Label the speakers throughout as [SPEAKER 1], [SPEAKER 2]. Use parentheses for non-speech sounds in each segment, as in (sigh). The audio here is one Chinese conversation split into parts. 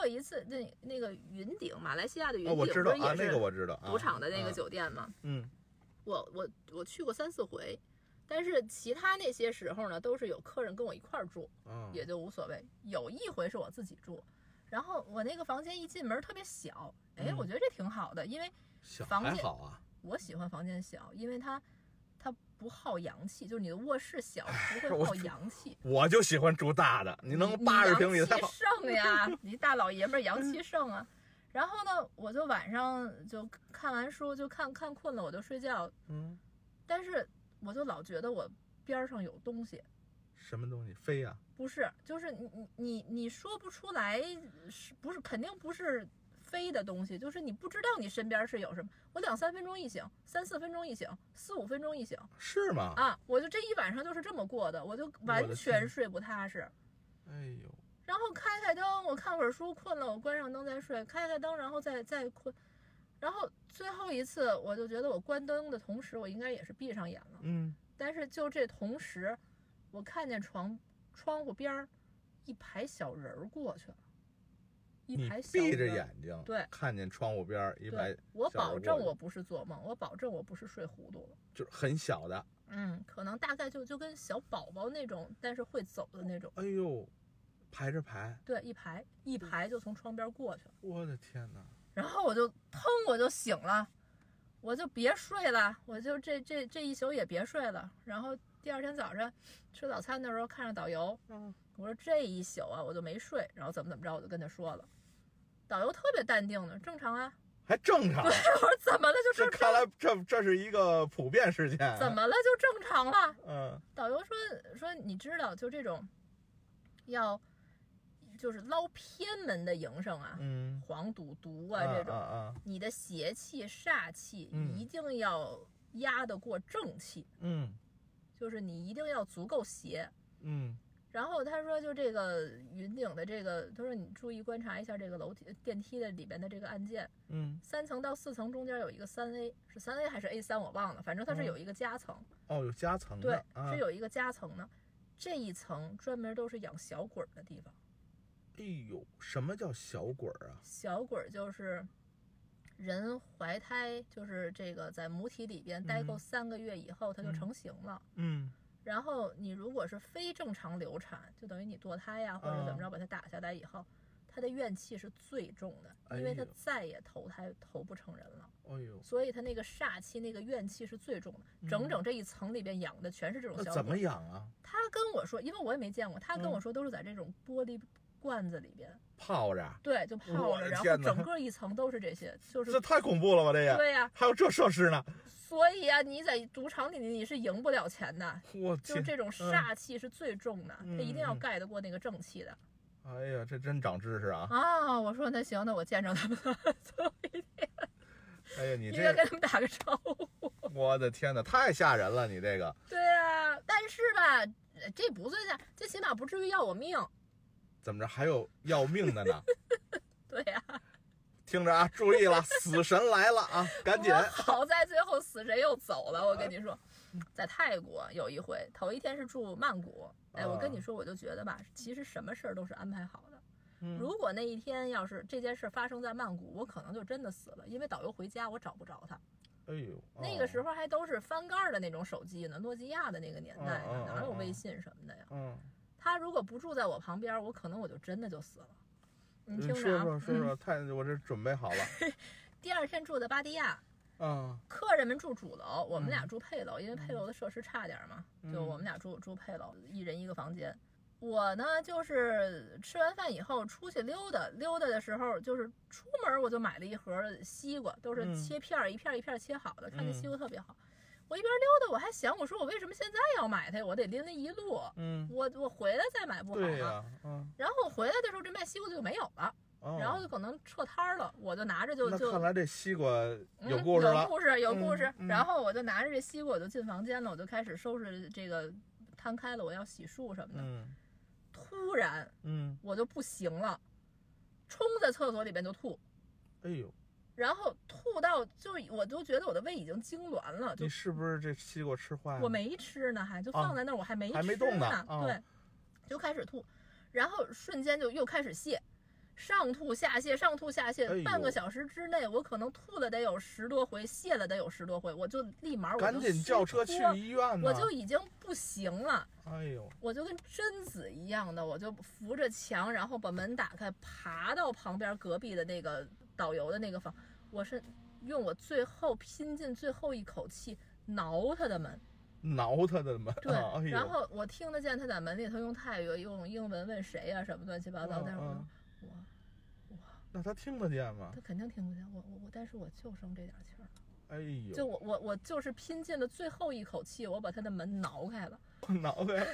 [SPEAKER 1] 有一次那那个云顶，马来西亚的云
[SPEAKER 2] 啊，
[SPEAKER 1] 顶，
[SPEAKER 2] 我知道
[SPEAKER 1] 不是也
[SPEAKER 2] 啊，
[SPEAKER 1] 是
[SPEAKER 2] 那个我知道，啊
[SPEAKER 1] 赌场的那个
[SPEAKER 2] 啊
[SPEAKER 1] 酒店吗？
[SPEAKER 2] 嗯，
[SPEAKER 1] 我我我去过三四回，但是其他那些时候呢，都是有客人跟我一块儿住，
[SPEAKER 2] 啊
[SPEAKER 1] 也就无所谓。有一回是我自己住，然后我那个房间一进门特别小，哎，
[SPEAKER 2] 嗯
[SPEAKER 1] 我觉得这挺好的，因为
[SPEAKER 2] 小
[SPEAKER 1] 房
[SPEAKER 2] 还
[SPEAKER 1] 间
[SPEAKER 2] 好啊，
[SPEAKER 1] 我喜欢房间小，因为它它不耗阳气，就是你的卧室小不
[SPEAKER 2] (laughs) 我
[SPEAKER 1] 会耗阳气。
[SPEAKER 2] 我就喜欢住大的，你能
[SPEAKER 1] 你
[SPEAKER 2] 八十平米
[SPEAKER 1] 阳
[SPEAKER 2] 太
[SPEAKER 1] 气
[SPEAKER 2] 好。
[SPEAKER 1] 盛呀，你大老爷们儿阳气盛啊。然后呢，我就晚上就看完书，就看看困了，我就睡觉。
[SPEAKER 2] 嗯，
[SPEAKER 1] 但是我就老觉得我边儿上有东西，
[SPEAKER 2] 什么东西飞呀？
[SPEAKER 1] 不是，就是你你你你说不出来，是不是肯定不是飞的东西，就是你不知道你身边是有什么。我两三分钟一醒，三四分钟一醒，四五分钟一醒
[SPEAKER 2] 是吗？
[SPEAKER 1] 啊，我就这一晚上就是这么过的，我就
[SPEAKER 2] 我
[SPEAKER 1] 完
[SPEAKER 2] 的
[SPEAKER 1] 全
[SPEAKER 2] 天
[SPEAKER 1] 睡不踏实。
[SPEAKER 2] 哎呦，
[SPEAKER 1] 然后开开灯，我看会儿书，困了我关上灯再睡，开开灯，然后再再困。然后最后一次，我就觉得我关灯的同时，我应该也是闭上眼了。
[SPEAKER 2] 嗯，
[SPEAKER 1] 但是就这同时，我看见床窗户边儿一排小人儿过去了，一
[SPEAKER 2] 你
[SPEAKER 1] 排小人
[SPEAKER 2] 闭
[SPEAKER 1] 儿
[SPEAKER 2] 着，眼睛，
[SPEAKER 1] 对
[SPEAKER 2] 看见窗户边儿一排
[SPEAKER 1] 对，，我保证我
[SPEAKER 2] 小人过去
[SPEAKER 1] 不是做梦，我保证我不是睡糊涂了。
[SPEAKER 2] 就是很小的。
[SPEAKER 1] 嗯，可能大概就就跟小宝宝那种，但是会走的那种。
[SPEAKER 2] 哎呦，排着排，
[SPEAKER 1] 对，一排一排就从窗边过去了，
[SPEAKER 2] 我的天哪！
[SPEAKER 1] 然后我就腾我就醒了，我就别睡了，我就这这这一宿也别睡了。然后第二天早上吃早餐的时候看着导游，
[SPEAKER 2] 嗯，
[SPEAKER 1] 我说这一宿啊，我就没睡，然后怎么怎么着，我就跟他说了。导游特别淡定的，正常啊。 (laughs)
[SPEAKER 2] 还正常
[SPEAKER 1] 对，。我说怎么了就
[SPEAKER 2] 这
[SPEAKER 1] 正
[SPEAKER 2] 看
[SPEAKER 1] 常，
[SPEAKER 2] 来这这是一个普遍事件。
[SPEAKER 1] 怎？么了啊就正常了。
[SPEAKER 2] 嗯
[SPEAKER 1] 导游说说你知道，就这种要就是捞偏门的营生啊，
[SPEAKER 2] 嗯，
[SPEAKER 1] 黄赌毒啊这种，
[SPEAKER 2] 啊啊，
[SPEAKER 1] 你的邪气煞气
[SPEAKER 2] 嗯
[SPEAKER 1] 一定要压得过正气，
[SPEAKER 2] 嗯
[SPEAKER 1] 就是你一定要足够邪，
[SPEAKER 2] 嗯
[SPEAKER 1] 然后他说，就这个云顶的这个，他说你注意观察一下这个楼梯电梯的里边的这个按键，
[SPEAKER 2] 嗯。
[SPEAKER 1] 三层到四层中间有一个三 A，是三 A 还是 A 三我忘了，反正它是有一个夹层，
[SPEAKER 2] 哦，有夹层
[SPEAKER 1] 对
[SPEAKER 2] 的，，嗯啊
[SPEAKER 1] 是。有一个夹层呢。这一层专门都是养小鬼儿的地方，
[SPEAKER 2] 哎呦，什么叫小鬼儿啊？
[SPEAKER 1] 小鬼儿就是人怀胎，就是这个在母体里边待够
[SPEAKER 2] 嗯
[SPEAKER 1] 三个月以后，它就
[SPEAKER 2] 嗯
[SPEAKER 1] 成型了。
[SPEAKER 2] 嗯
[SPEAKER 1] 然后你如果是非正常流产，就等于你堕胎呀、或者怎么着
[SPEAKER 2] 嗯
[SPEAKER 1] 把它打下来以后，他的怨气是最重的，
[SPEAKER 2] 哎呦
[SPEAKER 1] 因为他再也投胎投不成人了，
[SPEAKER 2] 哎呦，
[SPEAKER 1] 所以他那个煞气、那个怨气是最重的。整整这一层里边养的全是这种
[SPEAKER 2] 嗯那
[SPEAKER 1] 小
[SPEAKER 2] 怎么
[SPEAKER 1] 鬼。
[SPEAKER 2] 养嗯啊？
[SPEAKER 1] 他跟我说，因为我也没见过，他跟我说都是在这种玻璃罐子里边，
[SPEAKER 2] 泡着？
[SPEAKER 1] 对，就泡
[SPEAKER 2] 我
[SPEAKER 1] 着，
[SPEAKER 2] 的
[SPEAKER 1] 然后
[SPEAKER 2] 天哪
[SPEAKER 1] 整个一层都是这些，就是
[SPEAKER 2] 这太恐怖了吧？这也
[SPEAKER 1] 对呀、
[SPEAKER 2] 还有这设施呢？
[SPEAKER 1] 所以啊，你在赌场里你是赢不了钱的，
[SPEAKER 2] 我
[SPEAKER 1] 就是
[SPEAKER 2] 天！
[SPEAKER 1] 这种煞气是最重的，
[SPEAKER 2] 嗯
[SPEAKER 1] 它一定要
[SPEAKER 2] 嗯
[SPEAKER 1] 盖得过那个正气的、
[SPEAKER 2] 哎呀，这真长知识啊！
[SPEAKER 1] 啊！我说那行，那我见着他们了，所以
[SPEAKER 2] 哎呀，你
[SPEAKER 1] 应该
[SPEAKER 2] 这
[SPEAKER 1] 跟，他们打个招呼。
[SPEAKER 2] 我的天哪，太吓人了！你这个，
[SPEAKER 1] 对啊，但是吧，呃这不算下，这起码不至于要我命。
[SPEAKER 2] 怎么着还有要命
[SPEAKER 1] (laughs)
[SPEAKER 2] 的呢？
[SPEAKER 1] 对呀、
[SPEAKER 2] 听着啊，注意了，死神来了
[SPEAKER 1] (laughs)
[SPEAKER 2] 啊！赶紧
[SPEAKER 1] 我，好在最后死神又走了。我跟你说，在泰国有一回，头一天是住曼谷，哎，
[SPEAKER 2] 哎啊
[SPEAKER 1] 我跟你说，我就觉得吧，其实什么事儿都是安排好的。
[SPEAKER 2] 嗯
[SPEAKER 1] 如果那一天要是这件事发生在曼谷，我可能就真的死了，因为导游回家我找不着他。
[SPEAKER 2] 哎呦，
[SPEAKER 1] 那个时
[SPEAKER 2] 候，
[SPEAKER 1] 候还都是翻盖儿的那种手机呢，诺基亚的那个年代
[SPEAKER 2] 嗯
[SPEAKER 1] 呢
[SPEAKER 2] 嗯，
[SPEAKER 1] 哪有
[SPEAKER 2] 嗯嗯
[SPEAKER 1] 微信什么的呀？
[SPEAKER 2] 嗯，
[SPEAKER 1] 他如果不住在我旁边儿，我可能我就真的就死了。你
[SPEAKER 2] 你
[SPEAKER 1] 听
[SPEAKER 2] 说
[SPEAKER 1] 着啊，
[SPEAKER 2] 说说
[SPEAKER 1] 嗯
[SPEAKER 2] 说，太，我这准备好
[SPEAKER 1] (laughs)
[SPEAKER 2] 了，
[SPEAKER 1] 第二天住的巴蒂亚，
[SPEAKER 2] 啊，
[SPEAKER 1] 客人们住主楼，我们
[SPEAKER 2] 嗯
[SPEAKER 1] 俩住配楼，因为配楼的设施差点儿嘛，
[SPEAKER 2] 嗯
[SPEAKER 1] 就我们俩住住配楼，一人一个房间。我呢，就是吃完饭以后出去溜达，溜达的时候就是出门我就买了一盒西瓜，都是
[SPEAKER 2] 嗯
[SPEAKER 1] 切片儿，一片儿一片儿切好的，看那
[SPEAKER 2] 嗯
[SPEAKER 1] 西瓜特别好。我一边溜达，我还想，我说我为什么现在要买它呀？我得拎它一路，
[SPEAKER 2] 嗯，
[SPEAKER 1] 我我回来再买不好
[SPEAKER 2] 对
[SPEAKER 1] 吗？
[SPEAKER 2] 呀，嗯，
[SPEAKER 1] 然后我回来的时候，这卖西瓜的就没有了，
[SPEAKER 2] 哦
[SPEAKER 1] 然后就可能撤摊儿了，我就拿着就
[SPEAKER 2] 那
[SPEAKER 1] 就
[SPEAKER 2] 看来这西瓜
[SPEAKER 1] 嗯
[SPEAKER 2] 有故事了
[SPEAKER 1] 有，故事，有故事。
[SPEAKER 2] 嗯嗯
[SPEAKER 1] 然后我就拿着这西瓜，我就进房间了，我就开始收拾这个摊开了，我要洗漱什么的。
[SPEAKER 2] 嗯
[SPEAKER 1] 突然
[SPEAKER 2] 嗯，
[SPEAKER 1] 我就不行了，冲在厕所里边就吐，
[SPEAKER 2] 哎呦，
[SPEAKER 1] 然后吐到就我都觉得我的胃已经痉挛了，就
[SPEAKER 2] 你是不是这西瓜吃坏了？
[SPEAKER 1] 我没吃呢，还就放在那儿，我还没吃
[SPEAKER 2] 嗯哦还没动呢
[SPEAKER 1] 呢，
[SPEAKER 2] 啊
[SPEAKER 1] 对，就开始吐，然后瞬间就又开始泻，上吐下泻，上吐下泻，
[SPEAKER 2] 哎呦
[SPEAKER 1] 半个小时之内，我可能吐了得有十多回，泻了得有十多回，我就立马我就
[SPEAKER 2] 赶紧叫车
[SPEAKER 1] 虚
[SPEAKER 2] 去
[SPEAKER 1] 脱
[SPEAKER 2] 医院
[SPEAKER 1] 我
[SPEAKER 2] 呐！
[SPEAKER 1] 就已经不行了，
[SPEAKER 2] 哎呦，
[SPEAKER 1] 我就跟贞子一样的，我就扶着墙，然后把门打开，爬到旁边隔壁的那个导游的那个房，我是用我最后拼尽最后一口气挠他的门，
[SPEAKER 2] 挠他的门！
[SPEAKER 1] 对，
[SPEAKER 2] 啊哎呦，
[SPEAKER 1] 然后我听得见他在门里头用泰语、用英文问谁呀、什么乱七八糟，
[SPEAKER 2] 嗯
[SPEAKER 1] 但是我说
[SPEAKER 2] 嗯
[SPEAKER 1] 我
[SPEAKER 2] 那他听得见吗
[SPEAKER 1] 他？肯定听不见，我我我，但是我就剩这点气儿了，
[SPEAKER 2] 哎呦，
[SPEAKER 1] 就我我我就是拼尽了最后一口气，我把他的门挠开了，
[SPEAKER 2] 挠呗，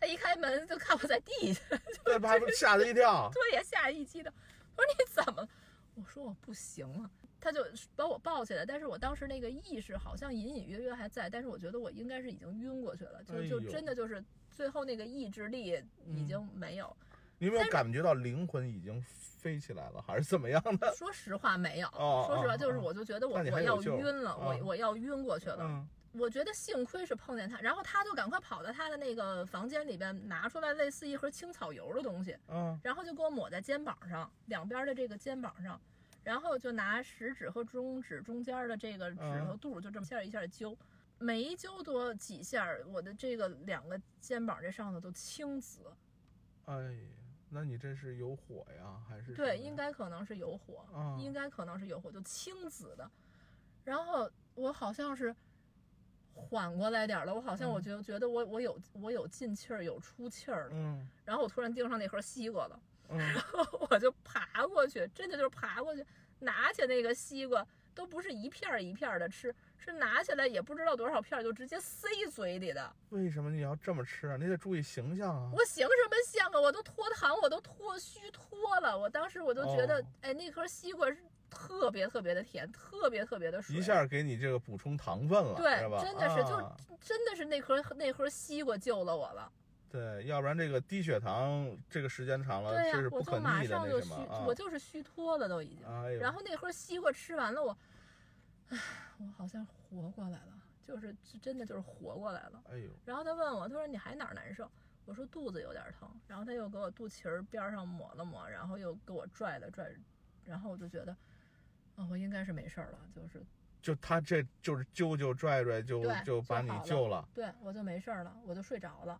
[SPEAKER 1] 他一开门就看我在地下， (laughs)
[SPEAKER 2] 那把他吓了一跳。
[SPEAKER 1] 对呀，吓一激灵，我说你怎么了？我说我不行了，他就把我抱起来，但是我当时那个意识好像隐隐约约还在，但是我觉得我应该是已经晕过去了，就就
[SPEAKER 2] 哎呦
[SPEAKER 1] 真的就是最后那个意志力已经没有，
[SPEAKER 2] 你有没有感觉到灵魂已经飞起来了，还是怎么样的？
[SPEAKER 1] 说实话没有，
[SPEAKER 2] 呃哦
[SPEAKER 1] 说实话、
[SPEAKER 2] 哦
[SPEAKER 1] 就是
[SPEAKER 2] 哦
[SPEAKER 1] 我就觉得我
[SPEAKER 2] 那你
[SPEAKER 1] 我
[SPEAKER 2] 还有
[SPEAKER 1] 要
[SPEAKER 2] 救
[SPEAKER 1] 晕了，
[SPEAKER 2] 啊
[SPEAKER 1] 我我要晕过去了，
[SPEAKER 2] 嗯，
[SPEAKER 1] 我觉得幸亏是碰见他，然后他就赶快跑到他的那个房间里边，拿出来类似一盒青草油的东西，
[SPEAKER 2] 嗯，
[SPEAKER 1] 然后就给我抹在肩膀上，两边的这个肩膀上，然后就拿食指和中指中间的这个指
[SPEAKER 2] 嗯
[SPEAKER 1] 头肚，就这么一下一下揪，没揪多几下，我的这个两个肩膀这上头都青紫，
[SPEAKER 2] 哎呀，那你这是有火呀，还是
[SPEAKER 1] 对，
[SPEAKER 2] 什么呀
[SPEAKER 1] 应该可能是有火，
[SPEAKER 2] 啊
[SPEAKER 1] 应该可能是有火，就青紫的。然后我好像是缓过来点儿了，我好像我
[SPEAKER 2] 嗯
[SPEAKER 1] 觉得、觉得我我有我有进气儿，有出气儿了。
[SPEAKER 2] 嗯
[SPEAKER 1] 然后我突然盯上那盒西瓜了， (laughs)
[SPEAKER 2] 嗯，
[SPEAKER 1] 我就爬过去，真的就是爬过去，拿起那个西瓜，都不是一片儿一片儿的吃，是拿起来也不知道多少片儿，就直接塞嘴里的。
[SPEAKER 2] 为什么你要这么吃啊？你得注意形象啊。
[SPEAKER 1] 我行什么像啊？我都脱糖，我都脱虚脱了。我当时我就觉得，
[SPEAKER 2] 哦
[SPEAKER 1] 哎，那颗西瓜是特别特别的甜，特别特别的水。
[SPEAKER 2] 一下给你这个补充糖分了，
[SPEAKER 1] 对
[SPEAKER 2] 是吧？，
[SPEAKER 1] 真的是，
[SPEAKER 2] 啊、
[SPEAKER 1] 就真的是那颗那颗西瓜救了我了。
[SPEAKER 2] 对，要不然这个低血糖这个时间长了，
[SPEAKER 1] 对呀、
[SPEAKER 2] 这是
[SPEAKER 1] 我
[SPEAKER 2] 不
[SPEAKER 1] 就
[SPEAKER 2] 可
[SPEAKER 1] 马
[SPEAKER 2] 逆的
[SPEAKER 1] 上就
[SPEAKER 2] 那什
[SPEAKER 1] 虚
[SPEAKER 2] 么，啊
[SPEAKER 1] 我。就是虚脱了都已经。
[SPEAKER 2] 哎呦，
[SPEAKER 1] 然后那盒西瓜吃完了，我，唉，我好像活过来了，就是是真的就是活过来了。
[SPEAKER 2] 哎呦，
[SPEAKER 1] 然后他问我，他说你还哪儿难受？我说肚子有点疼。然后他又给我肚脐儿边儿上抹了抹，然后又给我拽了拽，然后我就觉得，啊、我应该是没事儿了，就是
[SPEAKER 2] 就他这就是揪揪拽拽就
[SPEAKER 1] 对
[SPEAKER 2] 就把
[SPEAKER 1] 就
[SPEAKER 2] 你
[SPEAKER 1] 好了
[SPEAKER 2] 救了，
[SPEAKER 1] 对我就没事儿了，我就睡着了。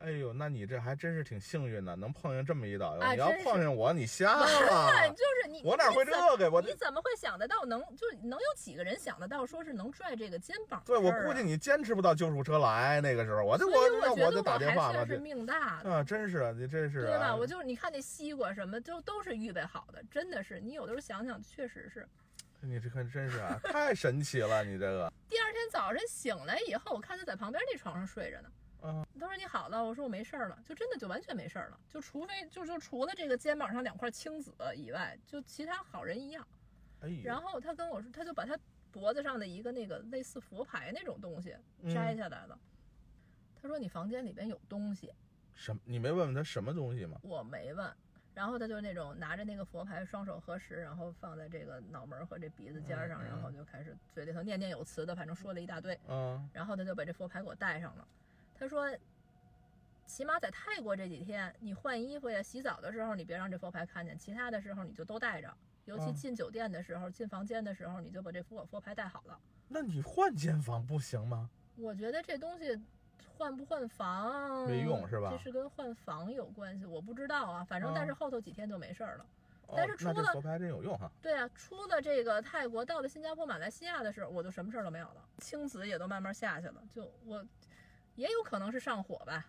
[SPEAKER 2] 哎呦，那你这还真是挺幸运的，能碰见这么一导游。
[SPEAKER 1] 哎
[SPEAKER 2] 你要
[SPEAKER 1] 真是
[SPEAKER 2] 碰见我，你
[SPEAKER 1] (laughs)
[SPEAKER 2] 瞎
[SPEAKER 1] 对，，
[SPEAKER 2] 了
[SPEAKER 1] 哎就是你，
[SPEAKER 2] 啊我哪会
[SPEAKER 1] 你怎
[SPEAKER 2] 这个？我
[SPEAKER 1] 你
[SPEAKER 2] 这
[SPEAKER 1] 怎么会想得到能就是能有几个人想得到说是能拽这个肩膀、
[SPEAKER 2] 对我估计，你坚持不到救护车来那个时候，我就
[SPEAKER 1] 啊所以
[SPEAKER 2] 那
[SPEAKER 1] 我觉
[SPEAKER 2] 得
[SPEAKER 1] 得
[SPEAKER 2] 打电
[SPEAKER 1] 还
[SPEAKER 2] 话了，
[SPEAKER 1] 算是
[SPEAKER 2] 这
[SPEAKER 1] 命大的。
[SPEAKER 2] 啊，真是你这是
[SPEAKER 1] 对吧？
[SPEAKER 2] 啊
[SPEAKER 1] 我就是你看那西瓜什么，就都是预备好的，真的是。你有的时候想想，确实是。
[SPEAKER 2] 你这可真是啊，太神奇了，你这个
[SPEAKER 1] 第二天早晨醒来以后，我看他在旁边那床上睡着呢。
[SPEAKER 2] 嗯，
[SPEAKER 1] 他说你好了，我说我没事儿了，就真的就完全没事儿了，就除非就就除了这个肩膀上两块青紫以外，就其他好人一样。
[SPEAKER 2] 哎呦，
[SPEAKER 1] 然后他跟我说，他就把他脖子上的一个那个类似佛牌那种东西摘
[SPEAKER 2] 嗯
[SPEAKER 1] 下来了。他说你房间里边有东西，
[SPEAKER 2] 什么？你没问问他什么东西吗？
[SPEAKER 1] 我没问。然后他就那种拿着那个佛牌，双手合十，然后放在这个脑门儿和这鼻子尖儿上，
[SPEAKER 2] 嗯嗯
[SPEAKER 1] 然后就开始嘴里头念念有词的，反正说了一大堆。
[SPEAKER 2] 嗯，
[SPEAKER 1] 然后他就把这佛牌给我戴上了。他说，起码在泰国这几天，你换衣服呀、洗澡的时候，你别让这佛牌看见，其他的时候你就都带着。尤其
[SPEAKER 2] 嗯
[SPEAKER 1] 进酒店的时候、进房间的时候，你就把这佛佛牌带好了。
[SPEAKER 2] 那你换间房不行吗？
[SPEAKER 1] 我觉得这东西换不换房
[SPEAKER 2] 没用是吧
[SPEAKER 1] 这是跟换房有关系，我不知道啊。反正
[SPEAKER 2] 嗯
[SPEAKER 1] 但是后头几天就没事儿了。
[SPEAKER 2] 哦
[SPEAKER 1] 但是除
[SPEAKER 2] 那这
[SPEAKER 1] 了
[SPEAKER 2] 佛牌还真有用哈。
[SPEAKER 1] 对啊，出了这个泰国，到了新加坡、马来西亚的时候，我就什么事儿都没有了，青紫也都慢慢下去了。就我也有可能是上火吧，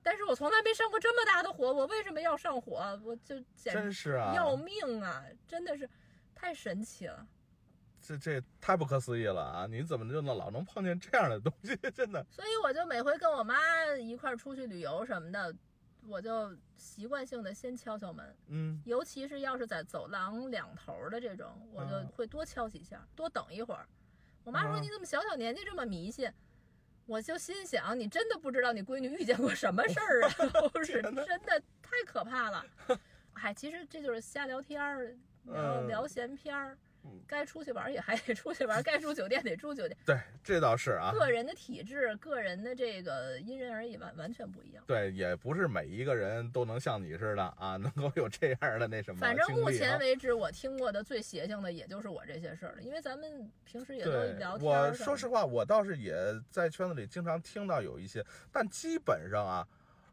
[SPEAKER 1] 但是我从来没上过这么大的火，我为什么要上火？啊我就简
[SPEAKER 2] 真
[SPEAKER 1] 直
[SPEAKER 2] 是啊，
[SPEAKER 1] 要命啊！真的是太神奇了。
[SPEAKER 2] 这这太不可思议了啊！你怎么就能老能碰见这样的东西？ (laughs) 真的，
[SPEAKER 1] 所以我就每回跟我妈一块儿出去旅游什么的，我就习惯性的先敲敲门，
[SPEAKER 2] 嗯，
[SPEAKER 1] 尤其是要是在走廊两头儿的这种，我就
[SPEAKER 2] 嗯
[SPEAKER 1] 会多敲几下，多等一会儿。我妈说：“
[SPEAKER 2] 嗯
[SPEAKER 1] 你怎么小小年纪这么迷信？”我就心想：“你真的不知道你闺女遇见过什么事儿啊！ (laughs) 都是真
[SPEAKER 2] (laughs) 天哪
[SPEAKER 1] 的太可怕了。”哎，其实这就是瞎聊天儿，然后
[SPEAKER 2] 嗯
[SPEAKER 1] 聊闲篇儿。
[SPEAKER 2] 嗯
[SPEAKER 1] (laughs) 该出去玩儿也还得出去
[SPEAKER 2] (laughs)
[SPEAKER 1] 玩儿，该住酒店得住酒店，
[SPEAKER 2] 对，这倒是啊，
[SPEAKER 1] 个人的体质、个人的这个因人而异，完完全不一样。
[SPEAKER 2] 对，也不是每一个人都能像你似的啊， (laughs) 能够有这样的那什么经
[SPEAKER 1] 反
[SPEAKER 2] 历啊。
[SPEAKER 1] 正目前为止，我听过的最邪性的也就是我这些事儿了，因为咱们平时也都
[SPEAKER 2] 对
[SPEAKER 1] 聊，天儿
[SPEAKER 2] 我
[SPEAKER 1] 什么
[SPEAKER 2] 说实话，我倒是也在圈子里经常听到有一些，但基本上啊，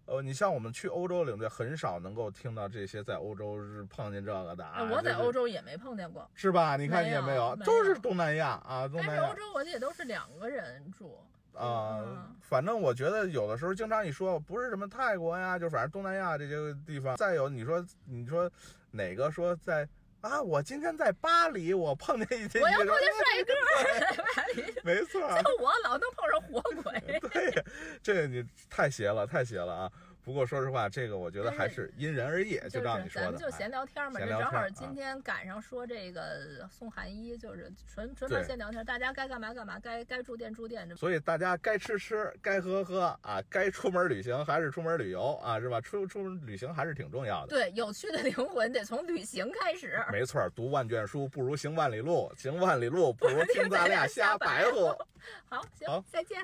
[SPEAKER 2] 呃，你像我们去欧洲领队，很少能够听到这些在欧洲是碰见这个的啊
[SPEAKER 1] 哎。我在
[SPEAKER 2] 就是
[SPEAKER 1] 欧洲也没碰见过，
[SPEAKER 2] 是吧？你看
[SPEAKER 1] 没
[SPEAKER 2] 也
[SPEAKER 1] 有
[SPEAKER 2] 没有，
[SPEAKER 1] 没
[SPEAKER 2] 都是
[SPEAKER 1] 有
[SPEAKER 2] 东南亚啊，东
[SPEAKER 1] 但
[SPEAKER 2] 南
[SPEAKER 1] 是
[SPEAKER 2] 亚
[SPEAKER 1] 欧洲我也都是两个人
[SPEAKER 2] (laughs)
[SPEAKER 1] 住，
[SPEAKER 2] 啊
[SPEAKER 1] 嗯，
[SPEAKER 2] 反正我觉得有的时候经常一说不是什么泰国呀，就反正东南亚这些地方。再有你说你说哪个说在啊，我今天在巴黎，我碰见一些，
[SPEAKER 1] 我要碰
[SPEAKER 2] 你就说
[SPEAKER 1] 见帅哥儿，
[SPEAKER 2] 哎 (laughs) 没错儿，
[SPEAKER 1] 我老能碰上活鬼。(laughs)
[SPEAKER 2] (laughs) 对，这你太邪了，太邪了啊！不过说实话，这个我觉得
[SPEAKER 1] 但是
[SPEAKER 2] 还是因人而异，
[SPEAKER 1] 就是
[SPEAKER 2] 照你说
[SPEAKER 1] 咱
[SPEAKER 2] 的，
[SPEAKER 1] 们就
[SPEAKER 2] 哎
[SPEAKER 1] 闲聊天嘛，这
[SPEAKER 2] 闲聊
[SPEAKER 1] 正
[SPEAKER 2] 天
[SPEAKER 1] 好
[SPEAKER 2] 啊
[SPEAKER 1] 今天赶上说这个送寒衣，就是纯纯门
[SPEAKER 2] 对
[SPEAKER 1] 闲聊天，大家该干嘛干嘛，该该住店住店，这
[SPEAKER 2] 所以大家该吃吃，该喝喝啊，该出门旅行还是出门旅游啊，是吧？出出门旅行还是挺重要的。
[SPEAKER 1] 对有趣的灵魂得从旅行开始。
[SPEAKER 2] 没错儿，读万卷书不如行万里路，行万里路不如听咱俩瞎白活。
[SPEAKER 1] 好，行
[SPEAKER 2] 好，
[SPEAKER 1] 再见。